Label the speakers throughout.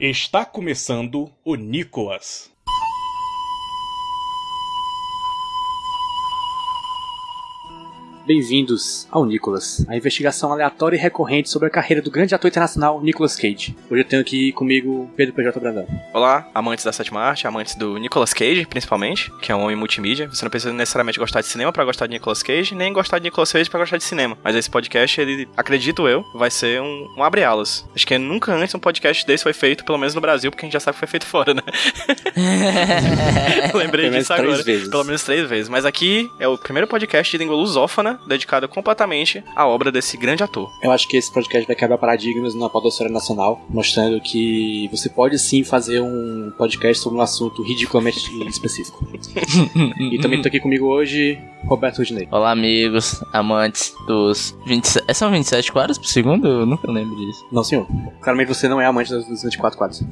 Speaker 1: Está começando o Nicolas.
Speaker 2: Bem-vindos ao Nicolas, a investigação aleatória e recorrente sobre a carreira do grande ator internacional Nicolas Cage. Hoje eu tenho aqui comigo Pedro PJ Brandão.
Speaker 3: Olá, amantes da sétima arte, amantes do Nicolas Cage, principalmente, que é um homem multimídia. Você não precisa necessariamente gostar de cinema pra gostar de Nicolas Cage, nem gostar de Nicolas Cage pra gostar de cinema. Mas esse podcast, ele, acredito eu, vai ser um, um abre-alas. Acho que nunca antes um podcast desse foi feito, pelo menos no Brasil, porque a gente já sabe que foi feito fora, né? Lembrei
Speaker 2: É, Pelo menos
Speaker 3: disso
Speaker 2: três
Speaker 3: agora.
Speaker 2: vezes.
Speaker 3: Pelo menos três vezes. Mas aqui é o primeiro podcast de língua lusófona dedicado completamente à obra desse grande ator.
Speaker 2: Eu acho que esse podcast vai quebrar paradigmas na podosfera nacional, mostrando que você pode sim fazer um podcast sobre um assunto ridiculamente específico. e
Speaker 4: Uhum.
Speaker 2: também tô aqui comigo hoje, Roberto Rudinei.
Speaker 4: Olá, amigos, amantes dos 27. é São 27 quadros por segundo? Eu nunca lembro disso.
Speaker 2: Não, senhor. Claramente você não é amante das 24 quadros.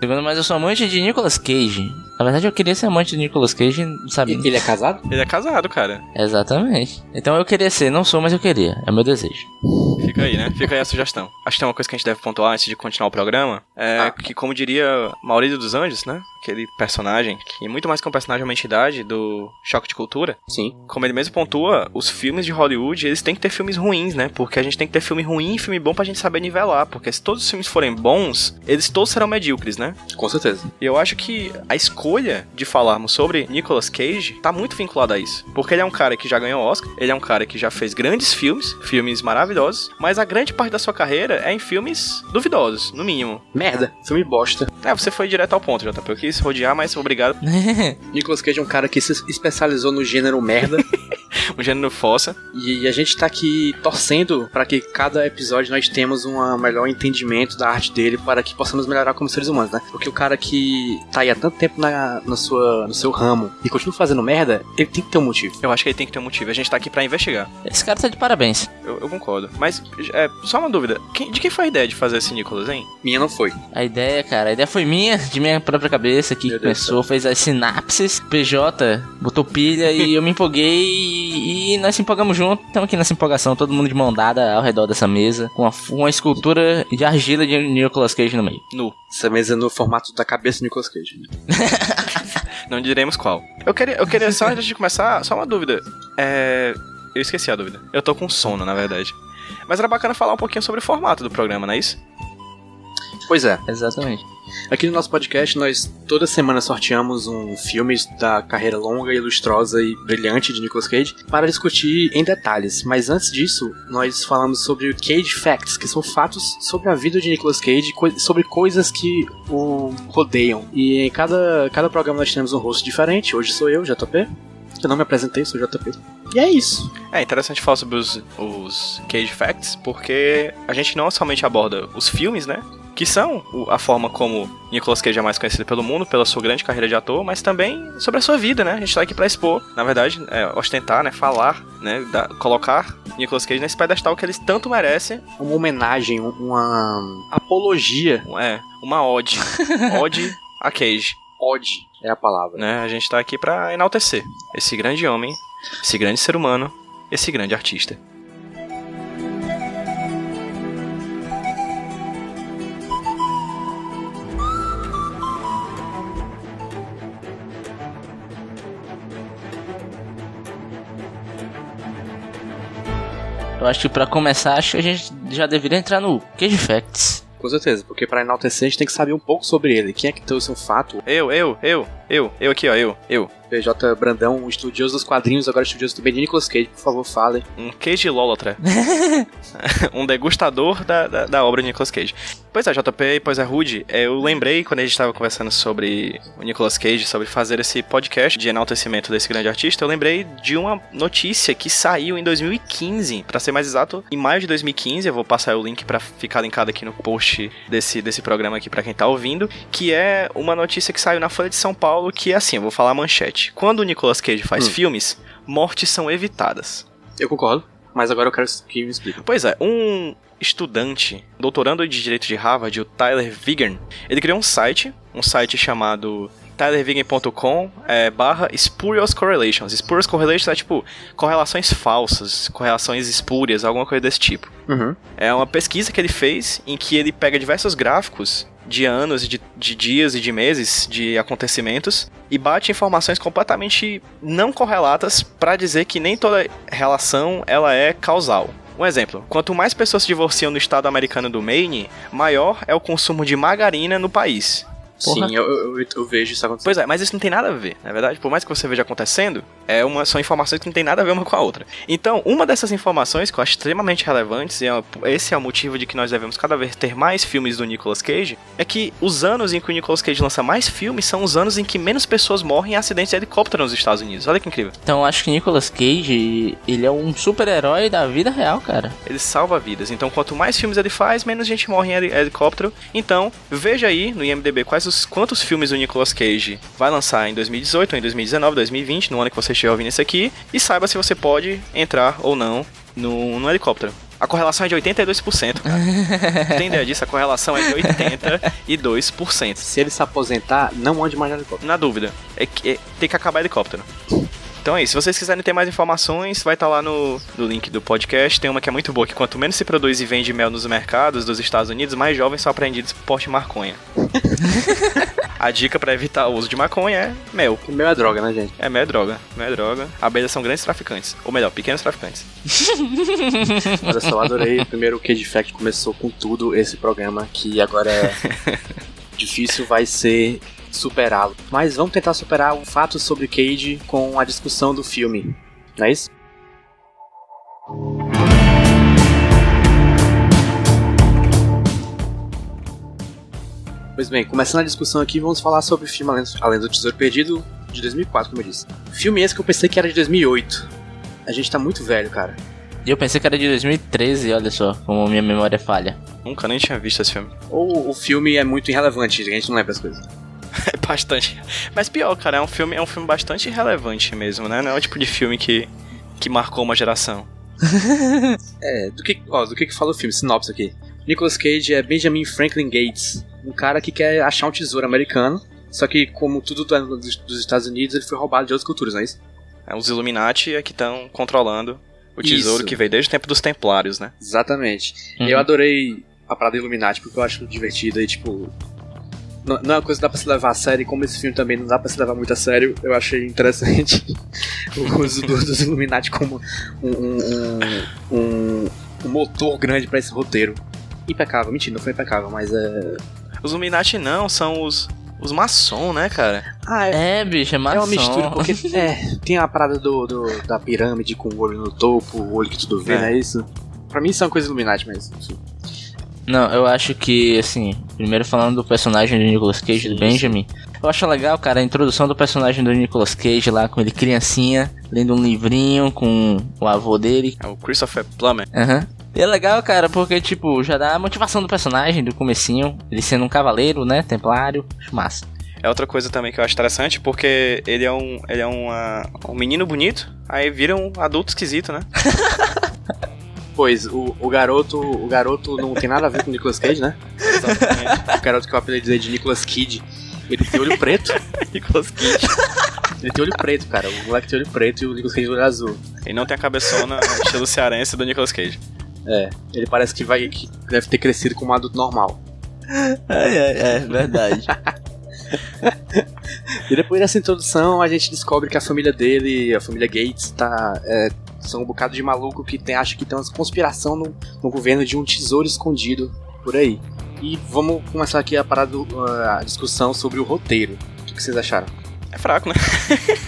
Speaker 4: Segundo, mas eu sou amante de Nicolas Cage. Na verdade, eu queria ser amante de Nicolas Cage, sabe?
Speaker 2: E- Ele é casado?
Speaker 3: Ele é casado, cara.
Speaker 4: Exatamente. Então eu queria ser, não sou, mas eu queria. É meu desejo.
Speaker 3: Fica aí, né? Fica aí a sugestão. Acho que tem uma coisa que a gente deve pontuar antes de continuar o programa. É
Speaker 2: Ah.
Speaker 3: que, como diria Maurílio dos Anjos, né? Aquele personagem, que é muito mais que um personagem, é uma entidade do Choque de Cultura.
Speaker 2: Sim.
Speaker 3: Como ele mesmo pontua, os filmes de Hollywood, eles têm que ter filmes ruins, né? Porque a gente tem que ter filme ruim e filme bom pra gente saber nivelar. Porque se todos os filmes forem bons, eles todos serão medíocres, né?
Speaker 2: Com certeza.
Speaker 3: E eu acho que a escolha de falarmos sobre Nicolas Cage tá muito vinculada a isso. Porque ele é um cara que já ganhou Oscar, ele é um cara que já fez grandes filmes, filmes maravilhosos, mas a grande parte da sua carreira é em filmes duvidosos, no mínimo.
Speaker 2: Merda. Filme bosta.
Speaker 3: É, você foi direto ao ponto, JP. Eu quis rodear, mas obrigado.
Speaker 2: Nicolas Cage é um cara que se especializou no gênero merda.
Speaker 3: O gênero fossa.
Speaker 2: E a gente tá aqui torcendo para que cada episódio nós temos um melhor entendimento da arte dele para que possamos melhorar como seres humanos, né? Porque o cara que tá aí há tanto tempo na, na sua, no seu ramo e continua fazendo merda, ele tem que ter um motivo.
Speaker 3: Eu acho que ele tem que ter um motivo. A gente tá aqui pra investigar.
Speaker 4: Esse cara tá de parabéns.
Speaker 3: Eu, eu concordo. Mas, é, só uma dúvida. Quem- de quem foi a ideia de fazer esse Nicolas, hein?
Speaker 2: Minha não foi.
Speaker 4: A ideia, cara, a ideia foi minha, de minha própria cabeça, que
Speaker 2: Meu Deus
Speaker 4: começou, fez as sinapses, PJ, botou pilha e eu me empolguei e, e nós se empolgamos junto. Estamos aqui nessa empolgação, todo mundo de mão dada ao redor dessa mesa, com uma, uma escultura de argila de Nicolas Cage no meio.
Speaker 3: Nu.
Speaker 2: Essa mesa é no formato da cabeça do Nicolas Cage.
Speaker 3: Não diremos qual. Eu queria, eu queria só, antes de começar, só uma dúvida. É. Eu esqueci a dúvida. Eu tô com sono, na verdade. Mas era bacana falar um pouquinho sobre o formato do programa, não é isso?
Speaker 2: Pois é,
Speaker 4: Exatamente.
Speaker 2: aqui no nosso podcast nós toda semana sorteamos um filme da carreira longa, ilustrosa e brilhante de Nicolas Cage para discutir em detalhes. Mas antes disso, nós falamos sobre o Cage Facts, que são fatos sobre a vida de Nicolas Cage, coi- sobre coisas que o rodeiam. E em cada, cada programa nós temos um rosto diferente. Hoje sou eu, JP. Eu não me apresentei, sou JP. E é isso.
Speaker 3: É interessante falar sobre os, os Cage Facts, porque a gente não somente aborda os filmes, né? Que são o- a forma como Nicolas Cage é mais conhecido pelo mundo, pela sua grande carreira de ator, mas também sobre a sua vida, né? A gente tá aqui pra expor, na verdade, é, ostentar, né? Falar, né? da- colocar Nicolas Cage nesse pedestal que ele tanto merece
Speaker 2: Uma homenagem, um- uma apologia.
Speaker 3: É, uma ode. Ode a Cage,
Speaker 2: Ode é a palavra.
Speaker 3: né? A gente tá aqui pra enaltecer esse grande homem, esse grande ser humano, esse grande artista.
Speaker 4: Eu acho que pra começar, acho que a gente já deveria entrar no Cage Facts.
Speaker 2: Com certeza, porque para enaltecer a gente tem que saber um pouco sobre ele. Quem é que trouxe um fato
Speaker 3: Eu, eu, eu, eu, eu aqui, ó, eu, eu.
Speaker 2: PJ Brandão, um estudioso dos quadrinhos, agora estudioso do Benito Nicolas Cage, por favor, fale.
Speaker 3: Um Cage Lolotra. um degustador da, da, da obra de Nicolas Cage. Pois é, JP, pois é, Rude. Eu lembrei quando a gente tava conversando sobre o Nicolas Cage, sobre fazer esse podcast de enaltecimento desse grande artista, eu lembrei de uma notícia que saiu em 2015, pra ser mais exato, em maio de 2015. Eu vou passar o link pra ficar linkado aqui no post desse, desse programa aqui pra quem tá ouvindo, que é uma notícia que saiu na Folha de São Paulo, que é assim, eu vou falar a manchete. Quando o Nicolas Cage faz
Speaker 2: Hum.
Speaker 3: filmes, mortes são evitadas.
Speaker 2: Eu concordo, mas agora eu quero que me explique.
Speaker 3: Pois é, um estudante, doutorando de direito de Harvard, o Tyler Vigan, ele criou um site, um site chamado tylervigen.com é, barra spurious correlations. Spurious correlations é tipo correlações falsas, correlações espúrias, alguma coisa desse tipo.
Speaker 2: Uhum.
Speaker 3: É uma pesquisa que ele fez em que ele pega diversos gráficos de anos, e de, de dias e de meses de acontecimentos e bate informações completamente não correlatas pra dizer que nem toda relação ela é causal. Um exemplo, quanto mais pessoas se divorciam no estado americano do Maine, maior é o consumo de margarina no país.
Speaker 2: Sim, eu, eu- eu- eu vejo isso acontecendo.
Speaker 3: Pois é, mas isso não tem nada a ver, na verdade. Por mais que você veja acontecendo, é uma, são informações que não tem nada a ver uma com a outra. Então, uma dessas informações que eu acho extremamente relevantes, e é, esse é o motivo de que nós devemos cada vez ter mais filmes do Nicolas Cage, é que os anos em que o Nicolas Cage lança mais filmes são os anos em que menos pessoas morrem em acidentes de helicóptero nos Estados Unidos. Olha que incrível.
Speaker 4: Então eu acho que Nicolas Cage, ele é um super-herói da vida real, cara.
Speaker 3: Ele salva vidas. Então, quanto mais filmes ele faz, menos gente morre em heli- helicóptero. Então, veja aí no IMDb quais os, quantos filmes o Nicolas Cage vai lançar em 2018, em 2019, 2020, no ano que você estiver ouvindo isso aqui. E saiba se você pode entrar ou não no, no helicóptero. A correlação é de 82%, cara. Você Tem ideia disso? A correlação é de 82%.
Speaker 2: Se ele se aposentar, não ande mais de helicóptero.
Speaker 3: Na dúvida, é que é- tem que acabar helicóptero. Então é isso. Se vocês quiserem ter mais informações, vai estar lá no, no link do podcast. Tem uma que é muito boa, que quanto menos se produz e vende mel nos mercados dos Estados Unidos, mais jovens são apreendidos por porte de maconha. A dica pra evitar o uso de maconha é mel.
Speaker 2: Porque meu é droga, né, gente?
Speaker 3: É mel é droga. Mel é droga. Abelhas são grandes traficantes. Ou melhor, pequenos traficantes.
Speaker 2: Olha é só, eu adorei. Primeiro o Cage Fact começou com tudo esse programa que agora é difícil vai ser superá-lo. Mas vamos tentar superar o fato sobre Cage com a discussão do filme. Não é isso? Pois bem, começando a discussão aqui, vamos falar sobre o filme Além do- Além do Tesouro Perdido, de 2004, como eu disse. Filme esse que eu pensei que era de 2008. A gente tá muito velho, cara.
Speaker 4: E eu pensei que era de 2013, olha só, como minha memória falha.
Speaker 3: Nunca nem tinha visto esse filme.
Speaker 2: Ou o filme é muito irrelevante, a gente não lembra as coisas.
Speaker 3: É bastante. Mas pior, cara, é um filme, é um filme bastante relevante mesmo, né? Não é o tipo de filme que, que marcou uma geração.
Speaker 2: É, do que, ó, do que que fala o filme, sinopse aqui. Nicolas Cage é Benjamin Franklin Gates, um cara que quer achar um tesouro americano, só que como tudo do- dos dos Estados Unidos, ele foi roubado de outras culturas, não é isso?
Speaker 3: É, os Illuminati é que estão controlando o tesouro
Speaker 2: Isso.
Speaker 3: que veio desde o tempo dos Templários, né?
Speaker 2: Exatamente.
Speaker 4: Uhum.
Speaker 2: E eu adorei a parada Illuminati, porque eu acho divertido e, tipo... Não, não é uma coisa que dá pra se levar a sério, e como esse filme também não dá pra se levar muito a sério, eu achei interessante o uso do- dos Illuminati como um, um- um- um- um motor grande pra esse roteiro. Impecável, mentira, não foi impecável, mas é.
Speaker 3: Os Illuminati não, são os, os maçom, né, cara?
Speaker 2: Ah, é,
Speaker 4: É, bicho, é maçom.
Speaker 2: é uma mistura, porque é, tem a parada do, do- da pirâmide com o olho no topo, o olho que tudo vê,
Speaker 3: É.
Speaker 2: não é isso? Pra mim isso é uma coisa Illuminati, mas enfim.
Speaker 4: Não, eu acho que, assim, primeiro falando do personagem do Nicolas Cage, do Benjamin. Eu acho legal, cara, a introdução do personagem do Nicolas Cage lá, com ele criancinha, lendo um livrinho com o avô dele.
Speaker 3: É o Christopher Plummer.
Speaker 4: Aham. E é legal, cara, porque, tipo, já dá a motivação do personagem, do comecinho. Ele sendo um cavaleiro, né, templário, acho massa.
Speaker 3: É outra coisa também que eu acho interessante, porque ele é um, ele é uma- um menino bonito, aí vira um adulto esquisito, né?
Speaker 2: Pois, o, o garoto. O garoto não tem nada a ver com o Nicolas Cage, né?
Speaker 3: Exatamente.
Speaker 2: O garoto que eu apelidei de Nicolas Kid. Ele tem olho preto.
Speaker 3: Nicolas Cage.
Speaker 2: Ele tem olho preto, cara. O moleque tem olho preto e o Nicolas Cage tem olho azul.
Speaker 3: Ele não tem a cabeçona estilo cearense do Nicolas Cage.
Speaker 2: É. Ele parece que vai. que deve ter crescido como um adulto normal.
Speaker 4: É, é, é verdade.
Speaker 2: E depois dessa introdução, a gente descobre que a família dele, a família Gates, tá. é, são um bocado de maluco que tem, acha que tem uma conspiração no, no governo de um tesouro escondido por aí. E vamos começar aqui a parada, do- a discussão sobre o roteiro. O que que vocês acharam?
Speaker 3: É fraco, né?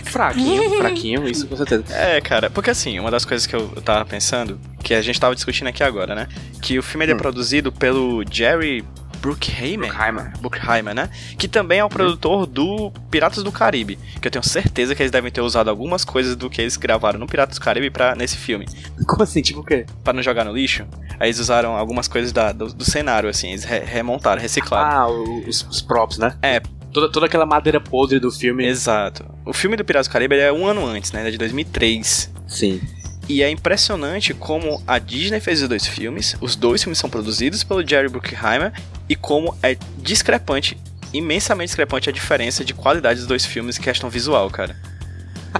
Speaker 2: Fraquinho, fraquinho, isso com certeza.
Speaker 3: É, cara, porque assim, uma das coisas que eu eu tava pensando, que a gente tava discutindo aqui agora, né? Que o filme ele é
Speaker 2: Hum.
Speaker 3: produzido pelo Jerry Bruckheimer.
Speaker 2: Bruckheimer.
Speaker 3: Bruckheimer, né? Que também é o produtor do Piratas do Caribe. Que eu tenho certeza que eles devem ter usado algumas coisas do que eles gravaram no Piratas do Caribe pra, nesse filme.
Speaker 2: Como assim? Tipo o quê?
Speaker 3: Pra não jogar no lixo, aí eles usaram algumas coisas da- do, do cenário, assim. Eles re- remontaram, reciclaram.
Speaker 2: Ah, o- os, os props, né?
Speaker 3: É.
Speaker 2: Toda, toda aquela madeira podre do filme.
Speaker 3: Exato. O filme do Piratas do Caribe ele é um ano antes, né? Ele é de 2003.
Speaker 2: Sim.
Speaker 3: E é impressionante como a Disney fez os dois filmes, os dois filmes são produzidos pelo Jerry Bruckheimer, e como é discrepante imensamente discrepante a diferença de qualidade dos dois filmes em questão visual, cara.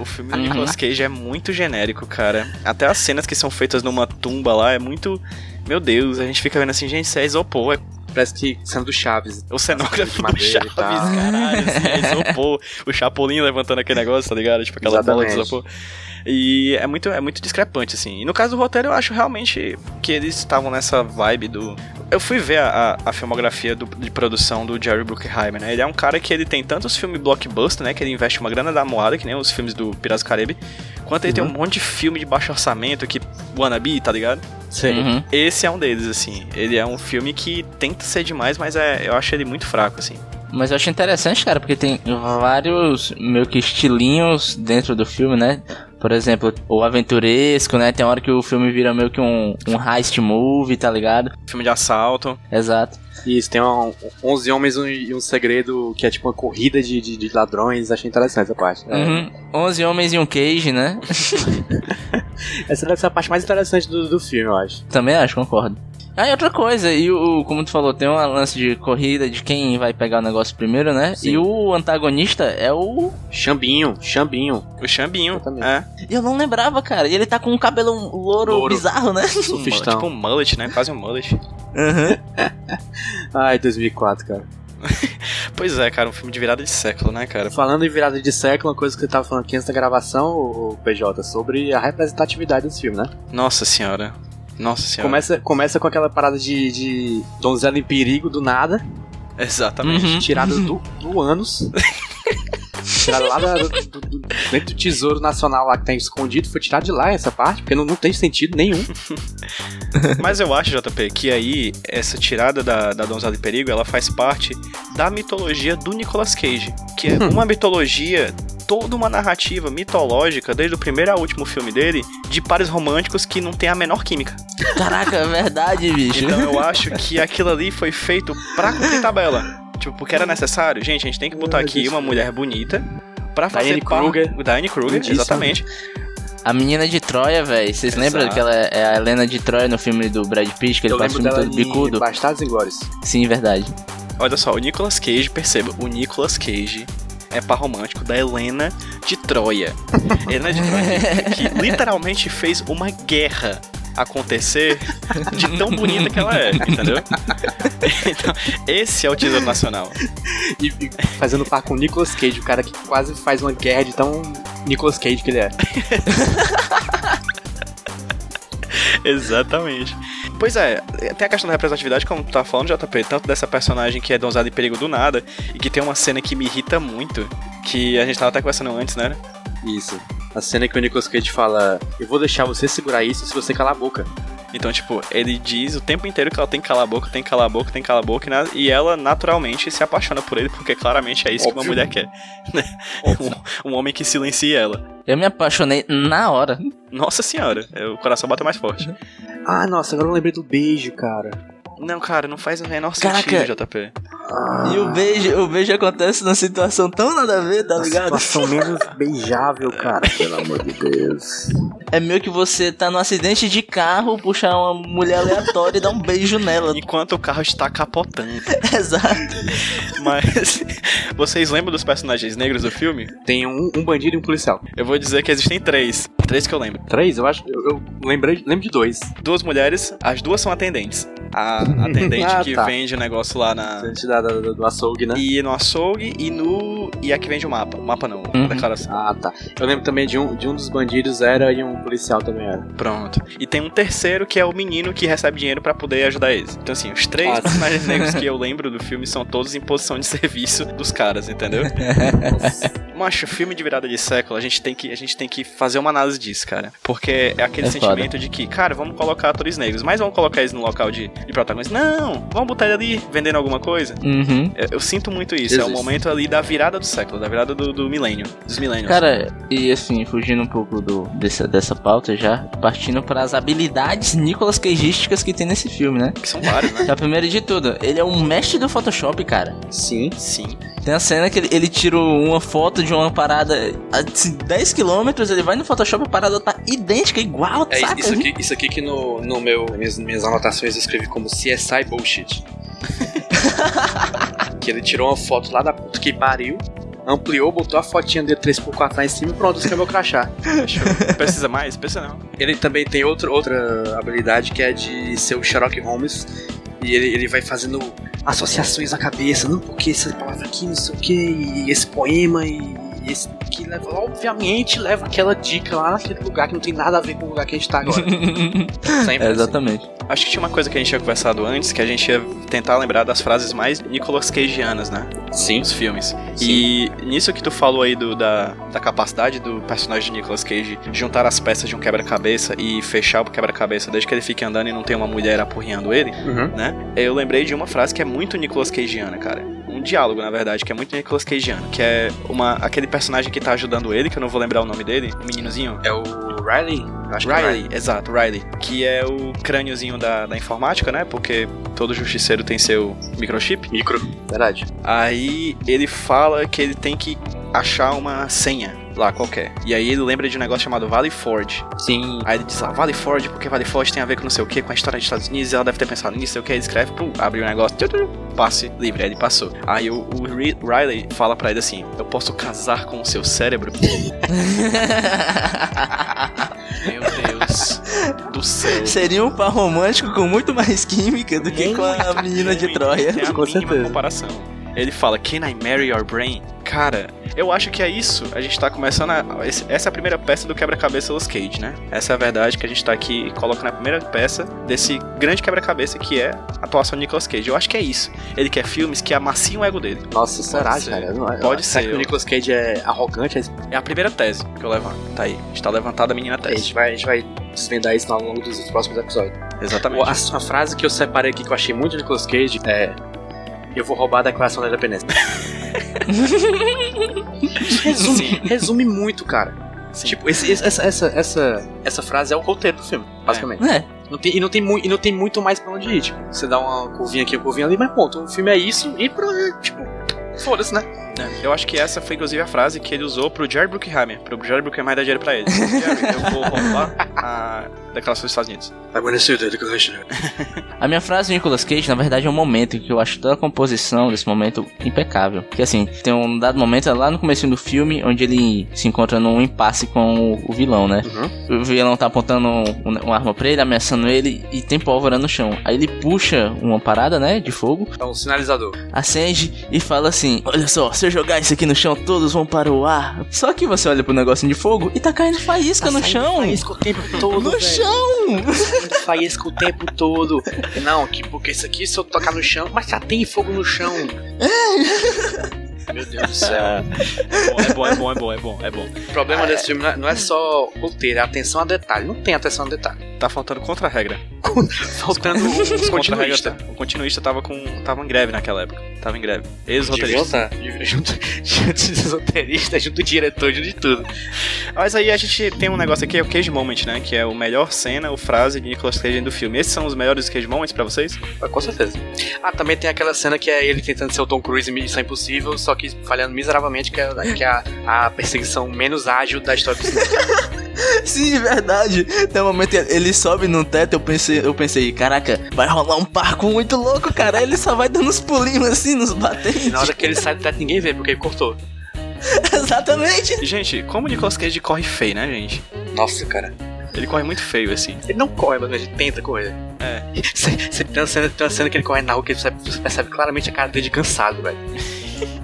Speaker 3: O filme do
Speaker 4: Uhum.
Speaker 3: Nicolas Cage é muito genérico, cara. Até as cenas que são feitas numa tumba lá é muito. Meu Deus, a gente fica vendo assim, gente, isso é isopor, é
Speaker 2: Parece que sendo do Chaves.
Speaker 3: o cenógrafo
Speaker 2: De
Speaker 3: do
Speaker 2: madeira
Speaker 3: Chaves,
Speaker 2: e tal.
Speaker 3: caralho, assim, é isopor, o Chapolin levantando aquele negócio, tá ligado? Tipo aquela bola de
Speaker 2: Exatamente.
Speaker 3: isopor. E é muito, é muito discrepante, assim. E no caso do roteiro, eu acho realmente que eles estavam nessa vibe do. Eu fui ver a, a- a filmografia do- de produção do Jerry Bruckheimer, né? Ele é um cara que ele tem tantos filmes blockbuster, né? Que ele investe uma grana da moada, que nem os filmes do Piratas do Caribe, quanto
Speaker 2: Uhum.
Speaker 3: ele tem um monte de filme de baixo orçamento, que wannabe, tá ligado?
Speaker 2: Sim.
Speaker 4: Uhum.
Speaker 3: Esse é um deles, assim. Ele é um filme que tenta ser demais, mas é, eu acho ele muito fraco, assim.
Speaker 4: Mas eu acho interessante, cara, porque tem vários meio que estilinhos dentro do filme, né? Por exemplo, o aventuresco, né? Tem hora que o filme vira meio que um, um heist movie, tá ligado?
Speaker 3: Filme de assalto.
Speaker 4: Exato.
Speaker 2: Isso, tem um, 11 homens um- e um segredo que é tipo uma corrida de, de, de ladrões. Achei interessante essa parte. né?
Speaker 4: Uhum. 11 homens e um cage, né?
Speaker 2: Essa deve ser a parte mais interessante do, do filme, eu acho.
Speaker 4: Também acho, concordo. Ah, e outra coisa, e o, como tu falou, tem uma lance de corrida de quem vai pegar o negócio primeiro, né?
Speaker 2: Sim.
Speaker 4: E o antagonista é o.
Speaker 2: Xambinho, Xambinho.
Speaker 3: O Xambinho.
Speaker 2: Exatamente.
Speaker 3: É.
Speaker 4: Eu não lembrava, cara. E ele tá com um cabelo louro,
Speaker 2: Louro.
Speaker 4: bizarro, né?
Speaker 3: Um mu-
Speaker 2: Sufistão.
Speaker 3: tipo um mullet, né? Quase um mullet.
Speaker 4: Uhum.
Speaker 2: Ai, 2004, cara.
Speaker 3: Pois é, cara, um filme de virada de século, né, cara?
Speaker 2: Falando em virada de século, uma coisa que eu tava falando aqui antes da gravação, o PJ, sobre a representatividade desse filme, né?
Speaker 3: Nossa senhora. Nossa
Speaker 4: É.
Speaker 3: senhora.
Speaker 2: Começa, começa com aquela parada de, de donzela em perigo do nada,
Speaker 3: Exatamente.
Speaker 4: Uhum.
Speaker 2: tirada do, do ânus. tirada lá da- do, do- dentro do Tesouro Nacional lá que tá escondido, foi tirada de lá essa parte, porque não, não tem sentido nenhum.
Speaker 3: Mas eu acho, JP, que aí essa tirada da, da Donzela de Perigo, ela faz parte da mitologia do Nicolas Cage. Que é uma mitologia, toda uma narrativa mitológica, desde o primeiro ao último filme dele, de pares românticos que não tem a menor química.
Speaker 4: Caraca, é verdade, bicho.
Speaker 3: Então eu acho que aquilo ali foi feito pra cumprir tabela. Tipo, porque era necessário. Gente, a gente tem que botar
Speaker 2: Meu
Speaker 3: aqui
Speaker 2: Deus.
Speaker 3: uma mulher bonita pra fazer
Speaker 2: Diane
Speaker 3: par-
Speaker 2: Kruger.
Speaker 3: O Diane Kruger,
Speaker 2: Lindíssima.
Speaker 3: exatamente.
Speaker 4: A menina de Troia, velho. Vocês
Speaker 3: Exato.
Speaker 4: lembram que ela é é a Helena de Troia no filme do Brad Pitt, que ele faz o filme todo bicudo?
Speaker 2: Bastardos Inglórios.
Speaker 4: Sim, verdade.
Speaker 3: Olha só, o Nicolas Cage, perceba, o Nicolas Cage é par romântico da Helena de Troia. Helena de Troia, que, que literalmente fez uma guerra acontecer de tão bonita que ela é, entendeu? Então, esse é o tesouro nacional.
Speaker 2: E, e fazendo par com o Nicolas Cage, o cara que quase faz uma guerra de tão Nicolas Cage que ele é.
Speaker 3: Exatamente. Pois é, tem a questão da representatividade, como tu tá falando, JP, tanto dessa personagem que é donzada em perigo do nada, e que tem uma cena que me irrita muito, que a gente tava até conversando antes, né?
Speaker 2: Isso. A cena que o Nicolas Cage fala: Eu vou deixar você segurar isso se você calar a boca.
Speaker 3: Então, tipo, ele diz o tempo inteiro que ela tem que calar a boca, tem que calar a boca, tem que calar a boca, e, na- e ela naturalmente se apaixona por ele, porque claramente é isso que uma
Speaker 2: Óbvio.
Speaker 3: mulher quer. né? um, um homem que silencia ela.
Speaker 4: Eu me apaixonei na hora.
Speaker 3: Nossa senhora, é, o coração bate mais forte.
Speaker 2: Ah, nossa, agora eu lembrei do beijo, cara.
Speaker 3: Não, cara, não faz o menor
Speaker 4: Caraca.
Speaker 3: sentido, JP.
Speaker 4: E o beijo, o beijo acontece numa situação tão nada a ver, tá ligado?
Speaker 2: Situação menos beijável, cara. Pelo amor de Deus.
Speaker 4: É meio que você tá num acidente de carro, puxar uma mulher aleatória e dar um beijo nela.
Speaker 3: Enquanto o carro está capotando.
Speaker 4: Exato.
Speaker 3: Mas vocês lembram dos personagens negros do filme?
Speaker 2: Tem um, um bandido e um policial.
Speaker 3: Eu vou dizer que existem três. Três que eu lembro.
Speaker 2: Três? Eu acho. Eu, eu lembrei, lembro de dois.
Speaker 3: Duas mulheres, as duas são atendentes. A atendente
Speaker 2: Ah,
Speaker 3: que
Speaker 2: tá.
Speaker 3: vende o negócio lá na.
Speaker 2: Antes da, da- da- do açougue, né?
Speaker 3: E no açougue e no. E a que vende o mapa. O mapa não, a
Speaker 4: Uhum.
Speaker 3: declaração.
Speaker 2: Ah, tá. Eu lembro também de um, de um dos bandidos era e um policial também era.
Speaker 3: Pronto. E tem um terceiro que é o menino que recebe dinheiro pra poder ajudar eles. Então, assim, os três
Speaker 2: Ah, tá.
Speaker 3: personagens negros que eu lembro do filme são todos em posição de serviço dos caras, entendeu? Macho, filme de virada de século, a gente tem que, a gente tem que fazer uma análise disso, cara. Porque é aquele
Speaker 4: É foda.
Speaker 3: sentimento de que, cara, vamos colocar atores negros, mas vamos colocar eles no local de, de protagonista. Não, vamos botar ele ali vendendo alguma coisa.
Speaker 4: Uhum.
Speaker 3: Eu, eu sinto muito isso. É o
Speaker 2: Existe.
Speaker 3: momento ali da virada do século, da virada do, do milênio, dos milênios.
Speaker 4: Cara, e assim, fugindo um pouco do, dessa, dessa pauta já, partindo para as habilidades Nicolas Cageísticas que tem nesse filme, né?
Speaker 3: que são vários, né?
Speaker 4: Já primeiro de tudo, ele é um mestre do Photoshop, cara.
Speaker 2: Sim.
Speaker 3: Sim.
Speaker 4: Tem a cena que ele, ele tira uma foto de uma parada a assim, 10km, ele vai no Photoshop, a parada tá idêntica, igual,
Speaker 2: É
Speaker 4: saca?
Speaker 2: isso aqui, isso aqui que no, no meu, minhas, minhas anotações eu escrevi como CSI Bullshit. que ele tirou uma foto lá da puta que pariu, ampliou, botou a fotinha dele 3x4 lá em cima e pronto, esse é meu crachá.
Speaker 3: Fechou. Precisa mais? Precisa não.
Speaker 2: Ele também tem outro, outra habilidade que é de ser o Sherlock Holmes. E ele, ele vai fazendo associações na cabeça, não porque essa palavra aqui, não sei o que, e esse poema, e esse que leva, obviamente leva aquela dica lá naquele lugar que não tem nada a ver com o lugar que a gente tá agora. Sempre
Speaker 4: É,
Speaker 2: assim.
Speaker 4: exatamente.
Speaker 3: Acho que tinha uma coisa que a gente tinha conversado antes, que a gente ia tentar lembrar das frases mais Nicolas Cageianas, né?
Speaker 2: Sim.
Speaker 3: Os filmes.
Speaker 2: Sim.
Speaker 3: E nisso que tu falou aí do- da, da capacidade do personagem de Nicolas Cage juntar as peças de um quebra-cabeça e fechar o quebra-cabeça desde que ele fique andando e não tem uma mulher apurrinhando ele,
Speaker 2: Uhum.
Speaker 3: né? Eu lembrei de uma frase que é muito Nicolas Cageiana, cara. Um diálogo, na verdade, que é muito Nicolas Cageiano, que é uma, aquele personagem que tá ajudando ele, que eu não vou lembrar o nome dele, o meninozinho.
Speaker 2: É o Riley? Eu Acho que é
Speaker 3: Riley, exato, Riley. Que é o crâniozinho da, da informática, né? Porque todo justiceiro tem seu microchip.
Speaker 2: Micro. Verdade.
Speaker 3: Aí ele fala que ele tem que achar uma senha lá qualquer. E aí ele lembra de um negócio chamado Valley Forge.
Speaker 2: Sim.
Speaker 3: Aí ele diz lá, Valley Forge, porque Valley Forge tem a ver com não sei o que, com a história dos Estados Unidos, e ela deve ter pensado nisso, sei o que, ele escreve, pum, abre o negócio, tiu, tiu, passe livre, aí ele passou. Aí o, o Ri- Riley fala pra ele assim, eu posso casar com o seu cérebro? Meu Deus do céu.
Speaker 4: Seria um par romântico com muito mais química do que com
Speaker 3: é
Speaker 4: a menina de Troia.
Speaker 3: Tem a
Speaker 4: Com
Speaker 3: mínima
Speaker 4: certeza.
Speaker 3: comparação. Ele fala, Can I marry your brain? Cara, eu acho que é isso. A gente tá começando a. esse- Essa é a primeira peça do quebra-cabeça Los Cage, né? Essa é a verdade que a gente tá aqui colocando a primeira peça desse grande quebra-cabeça que é a atuação de Nicolas Cage. Eu acho que é isso. Ele quer filmes que amaciam o ego dele.
Speaker 2: Nossa, será,
Speaker 3: ser.
Speaker 2: cara? Eu não- eu-
Speaker 3: Pode
Speaker 2: será
Speaker 3: ser,
Speaker 2: que
Speaker 3: eu-
Speaker 2: o Nicolas Cage é arrogante?
Speaker 3: É a primeira tese que eu levanto. Tá aí. Está levantada a menina
Speaker 2: A
Speaker 3: tese.
Speaker 2: gente vai, a gente vai desvendar isso ao longo dos próximos episódios.
Speaker 3: Exatamente.
Speaker 2: O- A, a frase que eu separei aqui que eu achei muito de Nicolas Cage é. Eu vou roubar a declaração da independência.
Speaker 3: Sim.
Speaker 2: resume, resume muito, cara.
Speaker 3: Sim.
Speaker 2: Tipo, esse- esse- essa, essa, essa, essa frase é o roteiro do filme, basicamente.
Speaker 4: É,
Speaker 2: Não tem, e, não tem, mui- e não tem muito mais pra onde ir. Tipo, você dá uma curvinha aqui, uma curvinha ali, mas pronto, o filme é isso e pronto. Tipo, foda-se, né?
Speaker 3: É, Eu acho que essa foi inclusive a frase que ele usou pro Jerry Bruckheimer. Pro Jerry Bruckheimer dar dinheiro pra ele. Jerry, eu vou roubar a declaração dos Estados Unidos.
Speaker 2: I'm gonna see the declaration.
Speaker 4: a minha frase do Nicolas Cage, na verdade, é um momento que eu acho toda a composição desse momento impecável. Porque assim, tem um dado momento é lá no começo do filme, onde ele se encontra num impasse com o- o vilão, né?
Speaker 2: Uhum.
Speaker 4: O vilão tá apontando um- uma arma pra ele, ameaçando ele e tem pólvora no chão. Aí ele puxa uma parada, né, de fogo,
Speaker 2: É um sinalizador.
Speaker 4: acende e fala assim: Olha só, se eu jogar isso aqui no chão, todos vão para o ar. Só que você olha pro negocinho de fogo e tá caindo faísca no chão.
Speaker 2: Faísca o tempo todo.
Speaker 4: No
Speaker 2: velho.
Speaker 4: chão!
Speaker 2: Saindo Faísca o tempo todo. Não, que, porque isso aqui, se eu tocar no chão, mas já tem fogo no chão. Meu Deus do céu.
Speaker 3: É bom, é bom, é bom, é bom, é bom.
Speaker 2: O problema desse filme não é- não é só roteiro, é atenção a detalhe. Não tem atenção a detalhe.
Speaker 3: Tá faltando contra-regra. tá-
Speaker 2: Faltando os continuistas.
Speaker 3: O continuista tava com. tava em greve naquela época. Tava em greve. Ex-roteirista.
Speaker 2: Junto, junto dos roteiristas, junto do diretor, junto de tudo.
Speaker 3: Mas aí a gente tem um negócio aqui, é o Cage Moment, né? Que é o melhor cena ou frase de Nicolas Cage do filme. Esses são os melhores Cage Moments pra vocês?
Speaker 2: Ah, Com certeza. Ah, também tem aquela cena que é ele tentando ser o Tom Cruise em Missão Impossível, só que falhando miseravelmente, que é, que é a, a perseguição menos ágil da história do cinema.
Speaker 4: Sim, de verdade. Tem um momento que ele sobe no teto, eu pensei, eu pensei, caraca, vai rolar um parco muito louco, cara. Ele só vai dando uns pulinhos assim, nos
Speaker 2: E
Speaker 4: batentes.
Speaker 2: na hora que ele sai do teto, ninguém vê, porque ele cortou.
Speaker 4: Exatamente.
Speaker 3: Gente, como o Nicolas Cage corre feio, né, gente?
Speaker 2: Nossa, cara.
Speaker 3: Ele corre muito feio, assim.
Speaker 2: Ele não corre, mas ele tenta correr.
Speaker 3: É.
Speaker 2: Você tem uma cena, tem uma cena que ele corre na rua que ele percebe, você percebe claramente a cara dele de cansado, velho.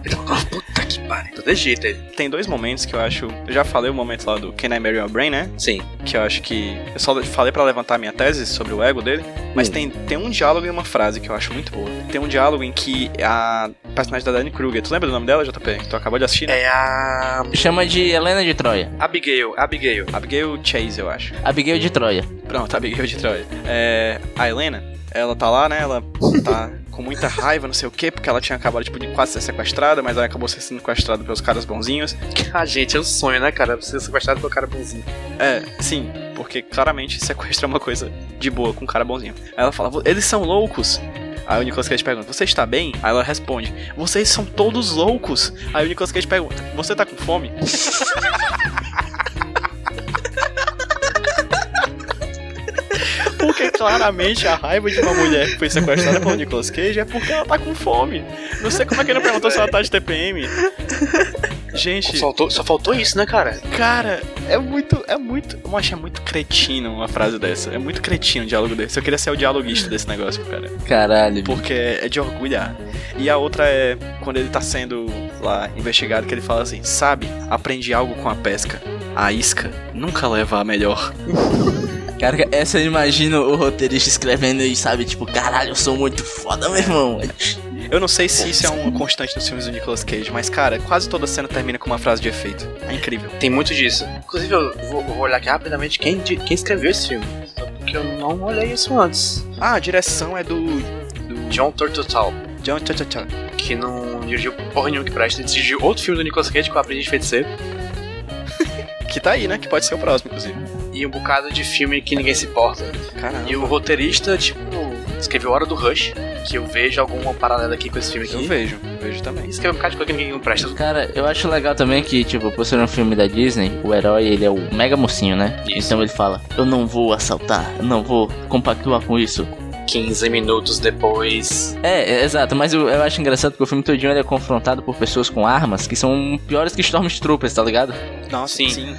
Speaker 2: Ele tá falando, puta que pariu. Então, Dejeita ele.
Speaker 3: Tem dois momentos que eu acho. Eu já falei o momento lá do Can I Marry Your Brain, né?
Speaker 2: Sim.
Speaker 3: que eu acho que. Eu só falei pra levantar a minha tese sobre o ego dele, mas
Speaker 2: Hum.
Speaker 3: tem, tem um diálogo e uma frase que eu acho muito boa. Tem um diálogo em que a personagem da Dani Kruger, tu lembra do nome dela, JP? Que tu acabou de assistir, né?
Speaker 2: É a.
Speaker 4: Chama de Helena de Troia.
Speaker 2: Abigail, Abigail.
Speaker 3: Abigail Chase, eu acho.
Speaker 4: Abigail de Troia.
Speaker 3: Pronto, Abigail de Troia. É, a Helena, ela tá lá, né? Ela tá com muita raiva, não sei o quê, porque ela tinha acabado tipo, de quase ser sequestrada, mas ela acabou sendo sequestrada pelos caras bonzinhos.
Speaker 2: Ah, gente, é um sonho, né, cara? Você ser sequestrado pelo cara bonzinho.
Speaker 3: É, sim, porque claramente sequestra é uma coisa de boa com um cara bonzinho. Aí ela fala, "Vo- eles são loucos. Aí o Nicolas Cage pergunta, você está bem? Aí ela responde, vocês são todos loucos. Aí o Nicolas Cage pergunta, você tá com fome? o Porque claramente a raiva de uma mulher que foi sequestrada pelo Nicolas Cage é porque ela tá com fome. Não sei como é que ele não perguntou se ela tá de TPM. Gente,
Speaker 2: Só faltou, só faltou isso, né, cara?
Speaker 3: cara, é muito, é muito. Eu acho é muito cretino uma frase dessa. É muito cretino um diálogo desse. Eu queria ser o dialoguista desse negócio, cara.
Speaker 4: Caralho, bicho.
Speaker 3: Porque é de orgulhar. E a outra é quando ele tá sendo lá investigado, que ele fala assim: sabe, aprendi algo com a pesca. A isca nunca leva a melhor.
Speaker 4: Cara, essa eu imagino o roteirista escrevendo e sabe, tipo, caralho, eu sou muito foda, meu irmão.
Speaker 3: Eu não sei se isso é uma constante nos filmes do Nicolas Cage, mas cara, quase toda cena termina com uma frase de efeito. É incrível.
Speaker 2: Tem muito disso. Inclusive, eu vou, vou olhar aqui rapidamente quem, di- quem escreveu esse filme. Só porque eu não olhei isso antes.
Speaker 3: Ah, a direção é do. do
Speaker 2: John Turturro,
Speaker 3: John Cha Cha Cha.
Speaker 2: que não dirigiu porra nenhuma que presta, ele dirigiu outro filme do Nicolas Cage, que eu aprendi de feiticeiro,
Speaker 3: Que tá aí, né? Que pode ser o próximo, inclusive.
Speaker 2: e um bocado de filme que ninguém se importa.
Speaker 3: Caramba.
Speaker 2: E o roteirista, tipo, escreveu Hora do Rush, que eu vejo alguma paralela aqui com esse filme
Speaker 3: Eu
Speaker 2: aqui.
Speaker 3: vejo, vejo também.
Speaker 2: E escreveu um bocado de coisa que ninguém presta.
Speaker 4: Cara, eu acho legal também que, tipo, por ser um filme da Disney, o herói, ele é o mega mocinho, né?
Speaker 2: Isso.
Speaker 4: Então ele fala, eu não vou assaltar, eu não vou compactuar com isso.
Speaker 2: 15 minutos depois.
Speaker 4: É, é, exato, mas eu, eu acho engraçado que o filme todinho ele é confrontado por pessoas com armas que são piores que Stormtroopers, tá ligado?
Speaker 3: Nossa,
Speaker 2: Sim.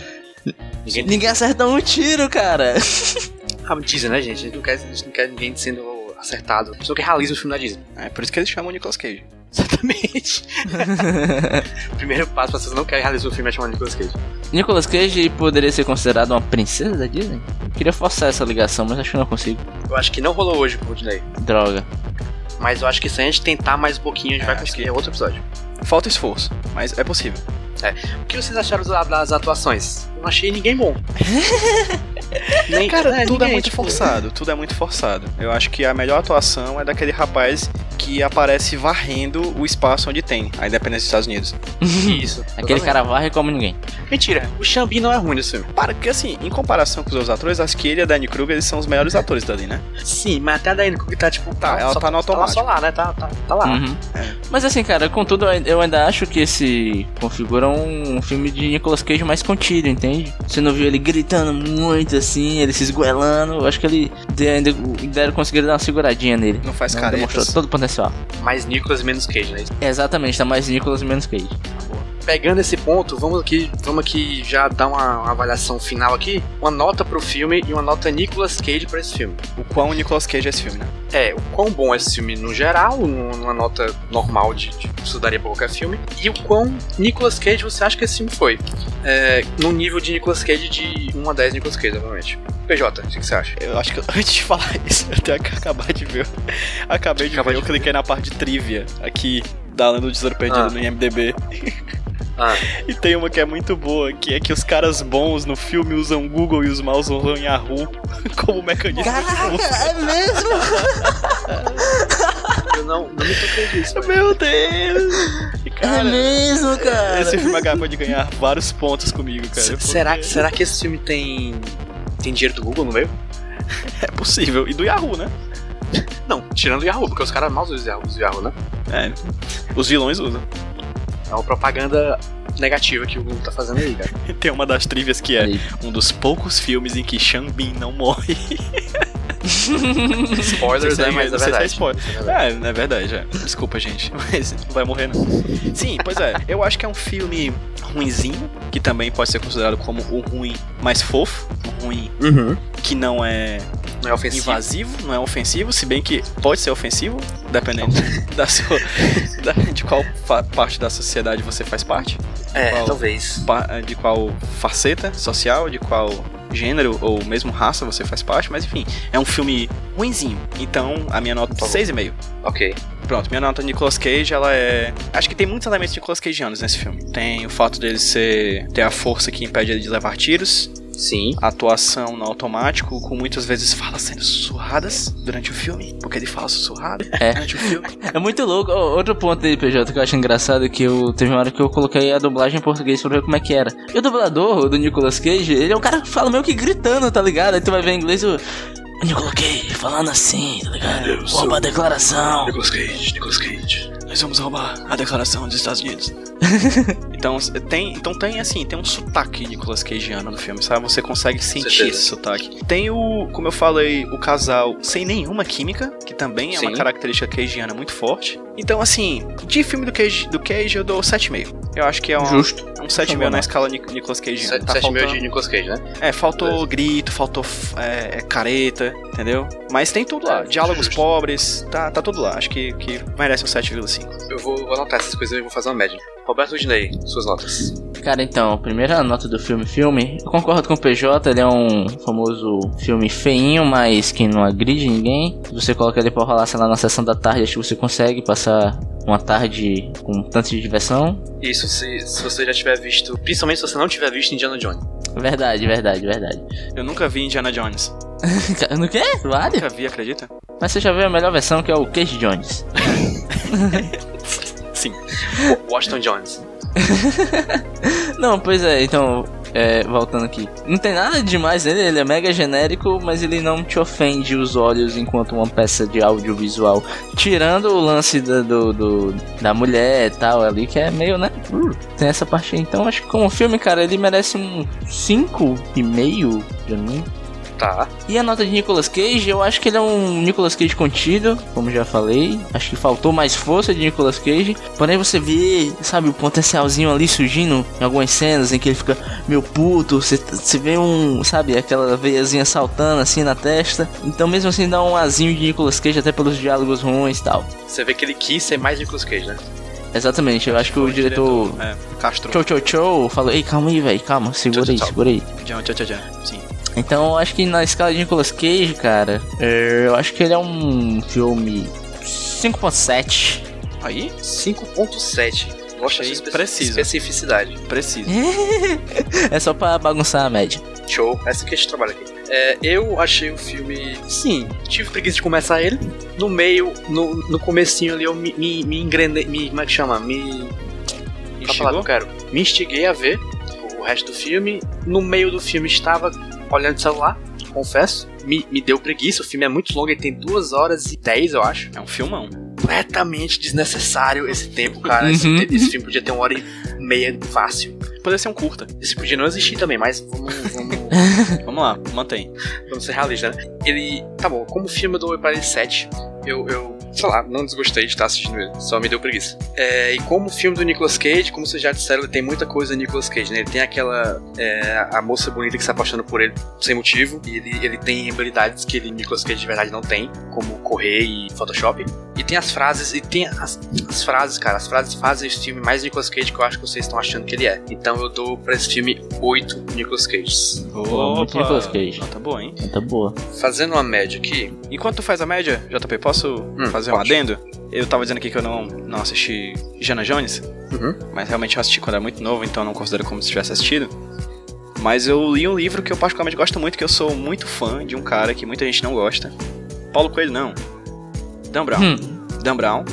Speaker 2: Ninguém tem.
Speaker 4: Ninguém acerta um tiro, cara!
Speaker 2: Ah, Disney, né, gente? A gente não quer, a gente não quer ninguém sendo acertado. Só que realiza o filme da Disney.
Speaker 3: É por isso que eles chamam o Nicolas Cage.
Speaker 2: Exatamente. o primeiro passo pra vocês não querem realizar o filme é chamar Nicolas Cage.
Speaker 4: Nicolas Cage poderia ser considerado uma princesa da Disney? Eu queria forçar essa ligação, mas acho que eu não consigo.
Speaker 2: Eu acho que não rolou hoje com o Disney.
Speaker 4: Droga.
Speaker 2: Mas eu acho que se a gente tentar mais um pouquinho, a gente
Speaker 3: É,
Speaker 2: vai
Speaker 3: acho
Speaker 2: conseguir.
Speaker 3: que-
Speaker 2: É outro episódio.
Speaker 3: Falta esforço, mas é possível.
Speaker 2: O que vocês acharam da- das atuações? Eu não achei ninguém bom. Nem,
Speaker 3: Cara,
Speaker 2: né,
Speaker 3: tudo é
Speaker 2: ninguém,
Speaker 3: muito
Speaker 2: tipo,
Speaker 3: forçado, tudo é muito forçado. Eu acho que a melhor atuação é daquele rapaz que aparece varrendo o espaço onde tem, a independência dos Estados Unidos. Uhum.
Speaker 2: Isso.
Speaker 4: Aquele
Speaker 2: totalmente.
Speaker 4: cara varre como ninguém.
Speaker 2: Mentira, o Xambi não é ruim nesse filme.
Speaker 3: Para que assim, em comparação com os outros atores, acho que ele e a Danny Kruger eles são os melhores atores dali, né?
Speaker 2: Sim, mas até a Daiane Cook tá tipo.
Speaker 3: Tá, ela
Speaker 2: só-
Speaker 3: tá no automático.
Speaker 2: Tá lá, só lá, né? Tá, tá, tá lá.
Speaker 4: Uhum. Mas assim, cara, contudo, eu ai- eu ainda acho que esse configura um filme de Nicolas Cage mais contido, entende? Você não viu ele gritando muito assim, ele se esgoelando. Eu acho que ele de- ainda deram conseguiram dar uma seguradinha nele.
Speaker 3: Não faz
Speaker 4: Não demonstrou
Speaker 3: caretas.
Speaker 4: todo o potencial.
Speaker 2: Mais Nicolas menos Cage, né?
Speaker 4: Exatamente, tá mais Nicolas menos Cage.
Speaker 2: Pegando esse ponto, vamos aqui, vamos aqui já dar uma, uma avaliação final aqui. Uma nota pro filme e uma nota Nicolas Cage pra esse filme.
Speaker 3: O quão o Nicolas Cage é esse filme, né?
Speaker 2: É, o quão bom é esse filme no geral, num- numa nota normal de, de estudaria pra qualquer filme, e o quão Nicolas Cage você acha que esse filme foi. É, no nível de Nicolas Cage de 1 a 10 Nicolas Cage, obviamente. PJ, o que que você acha?
Speaker 3: Eu acho que eu- antes de falar isso, eu tenho que acabar de ver. Acabei de
Speaker 2: Acabou
Speaker 3: ver,
Speaker 2: de
Speaker 3: eu cliquei na parte de trivia aqui da Lenda do Tesouro Perdido
Speaker 2: Ah.
Speaker 3: no IMDB.
Speaker 2: Ah.
Speaker 3: E tem uma que é muito boa, que é que os caras bons no filme usam Google e os maus usam Yahoo como mecanismo. de busca.
Speaker 4: é mesmo?
Speaker 2: Eu não, não me toquei disso. né?
Speaker 3: Meu Deus! E,
Speaker 4: É
Speaker 3: Cara,
Speaker 4: mesmo, cara!
Speaker 3: esse filme acabou de ganhar vários pontos comigo, cara.
Speaker 2: S-
Speaker 3: porque
Speaker 2: será, que, será que esse filme tem. tem dinheiro do Google no meio?
Speaker 3: É possível. E do Yahoo, né?
Speaker 2: Não, tirando o Yahoo, porque os caras mal usam o Yahoo, o Yahoo, né?
Speaker 3: É. Os vilões usam.
Speaker 2: É uma propaganda negativa que o Google tá fazendo aí, cara.
Speaker 3: Tem uma das trivias que é um dos poucos filmes em que Xambin não morre.
Speaker 2: Spoilers,
Speaker 3: Não sei
Speaker 2: né?
Speaker 3: se-
Speaker 2: Mas é
Speaker 3: não sei se é
Speaker 2: verdade.
Speaker 3: spoiler.
Speaker 2: Isso é verdade.
Speaker 3: É, é verdade, é. Desculpa, gente, mas não vai morrer, não. Sim, pois é. Eu acho que é um filme ruinzinho, que também pode ser considerado como o ruim mais fofo, o ruim que não é
Speaker 2: Não Uhum. é ofensivo.
Speaker 3: invasivo, não é ofensivo, se bem que pode ser ofensivo, dependendo da sua, da- de qual fa- parte da sociedade você faz parte,
Speaker 2: É,
Speaker 3: Qual?
Speaker 2: talvez.
Speaker 3: pa- de qual faceta social, de qual gênero ou mesmo raça você faz parte, mas enfim, é um filme ruinzinho. Então, a minha nota é
Speaker 2: Tá bom.
Speaker 3: 6,5.
Speaker 2: Ok.
Speaker 3: Pronto, minha nota Nicolas Cage, ela é. Acho que tem muitos elementos Nicolas Cageanos nesse filme. Tem o fato dele ser. ter a força que impede ele de levar tiros,
Speaker 2: Sim.
Speaker 3: a atuação no automático, com muitas vezes falas sendo sussurradas durante o filme, porque ele fala sussurrado
Speaker 4: É.
Speaker 3: durante o filme.
Speaker 4: É muito louco. Ó, outro ponto aí, PJ, que eu acho engraçado é que eu teve uma hora que eu coloquei a dublagem em português pra ver como é que era. E o dublador o do Nicolas Cage, ele é um cara que fala meio que gritando, tá ligado? Aí tu vai ver em inglês o. o Nicolas Cage falando assim, tá ligado?
Speaker 3: É, Eu sou-
Speaker 4: Rouba a declaração.
Speaker 3: Nicolas Cage, Nicolas Cage. Nós vamos roubar a declaração dos Estados Unidos. Então s- tem, então tem assim, tem um sotaque Nicolas Cageano no filme, sabe? Você consegue sentir
Speaker 2: certeza.
Speaker 3: esse sotaque. Tem o, como eu falei, o casal sem nenhuma química, que também é uma
Speaker 2: Sim.
Speaker 3: característica cageana muito forte. Então, assim, de filme do Cage, do Cage eu dou 7,5. Eu acho que é um,
Speaker 4: Justo.
Speaker 3: é um 7,5 na escala Nic- Nicolas Cageano. Tá
Speaker 2: 7 mil
Speaker 3: faltando...
Speaker 2: de Nicolas Cage, né?
Speaker 3: É, faltou grito, faltou f- é, é, careta, entendeu? Mas tem tudo lá.
Speaker 2: Tá,
Speaker 3: Diálogos
Speaker 2: justo.
Speaker 3: pobres, tá, tá tudo lá. Acho que, que merece um 7,5.
Speaker 2: Eu vou, vou anotar essas coisas e vou fazer uma média. Roberto Rudinei, suas notas.
Speaker 4: Cara, então, primeira nota do filme, filme. Eu concordo com o PJ, ele é um famoso filme feinho, mas que não agride ninguém. Se você coloca ele pra rolar, sei lá, na sessão da tarde, acho que você consegue passar uma tarde com um tanto de diversão.
Speaker 2: Isso, se, se você já tiver visto, principalmente se você não tiver visto Indiana Jones.
Speaker 4: Verdade, verdade, verdade.
Speaker 3: Eu nunca vi Indiana Jones.
Speaker 4: Cara, No quê? Vale?
Speaker 3: Nunca vi, acredita?
Speaker 4: Mas você já viu a melhor versão, que é o Cage Jones.
Speaker 2: Washington Jones.
Speaker 4: Não, pois é, então, é, voltando aqui. Não tem nada demais nele, ele é mega genérico, mas ele não te ofende os olhos enquanto uma peça de audiovisual. Tirando o lance da, do, do- da mulher e tal ali, que é meio, né? uh, Tem essa parte aí. Então, acho que como filme, cara, ele merece um 5,5 pra mim.
Speaker 2: Tá.
Speaker 4: E a nota de Nicolas Cage, eu acho que ele é um Nicolas Cage contido, como já falei. Acho que faltou mais força de Nicolas Cage. Porém, você vê, sabe, o potencialzinho ali surgindo em algumas cenas em que ele fica meio puto. Você, você vê um, sabe, aquela veiazinha saltando assim na testa. Então, mesmo assim, dá um azinho de Nicolas Cage, até pelos diálogos ruins e tal.
Speaker 2: Você vê que ele quis ser mais Nicolas Cage, né?
Speaker 4: Exatamente, eu acho que o diretor.
Speaker 3: É, Castro.
Speaker 4: Tchau, tchau, tchau. Falou, ei, calma aí, velho, calma, segura
Speaker 2: Tchau,
Speaker 4: aí,
Speaker 2: tchau, tchau.
Speaker 4: segura aí.
Speaker 3: Tchau, tchau, tchau, tchau. Sim.
Speaker 4: Então eu acho que na escala de Nicolas Cage, cara, é, eu acho que ele é um filme 5.7.
Speaker 3: Aí,
Speaker 2: 5.7. Gosto
Speaker 3: Achei
Speaker 2: de espe-
Speaker 3: preciso.
Speaker 2: especificidade.
Speaker 3: preciso.
Speaker 4: é só pra bagunçar a média.
Speaker 2: Show, essa que a gente trabalha aqui. É, eu achei o filme. Sim, tive preguiça de começar ele. No meio, no, no comecinho ali, eu me, me, me engrenei. Me, como é que chama? Me. a palavra que eu quero. Me instiguei a ver o resto do filme. No meio do filme estava olhando o celular, confesso. Me, me deu preguiça, o filme é muito longo, ele tem 2 horas e 10, eu acho.
Speaker 3: É um filmão.
Speaker 2: Completamente desnecessário esse tempo, cara. Esse,
Speaker 4: Uhum.
Speaker 2: te- esse filme podia ter uma hora e meia fácil.
Speaker 3: Poderia ser um curta.
Speaker 2: Esse podia não existir também, mas vamos- vamos
Speaker 3: Vamos lá, mantém.
Speaker 2: vamos ser realistas, né? Ele. Tá bom, como filme eu dou pra ele 7. Eu, eu, sei lá, não desgostei de estar assistindo ele, só me deu preguiça. É, e como filme do Nicolas Cage, como vocês já disseram, ele tem muita coisa do Nicolas Cage, né? Ele tem aquela. é, a moça bonita que se apaixona por ele sem motivo, e ele, ele tem habilidades que ele, Nicolas Cage, de verdade não tem, como correr e Photoshop. E tem as frases, e tem as, as frases, cara, as frases fazem esse filme mais Nicolas Cage que eu acho que vocês estão achando que ele é. Então eu dou pra esse filme 8 Nicolas Cages.
Speaker 4: Boa, muito Nicolas Cage.
Speaker 3: Tá boa, hein?
Speaker 4: Então, Tá boa.
Speaker 2: Fazendo uma média aqui,
Speaker 3: Enquanto tu faz a média, JP, posso fazer um
Speaker 2: pode.
Speaker 3: adendo? Eu tava dizendo aqui que eu não, não assisti Jana Jones,
Speaker 2: Uhum.
Speaker 3: mas realmente eu assisti quando era muito novo, então eu não considero como se tivesse assistido. Mas eu li um livro que eu particularmente gosto muito, que eu sou muito fã de um cara que muita gente não gosta. Paulo Coelho não. Dan Brown.
Speaker 4: Hum,
Speaker 3: Dan Brown.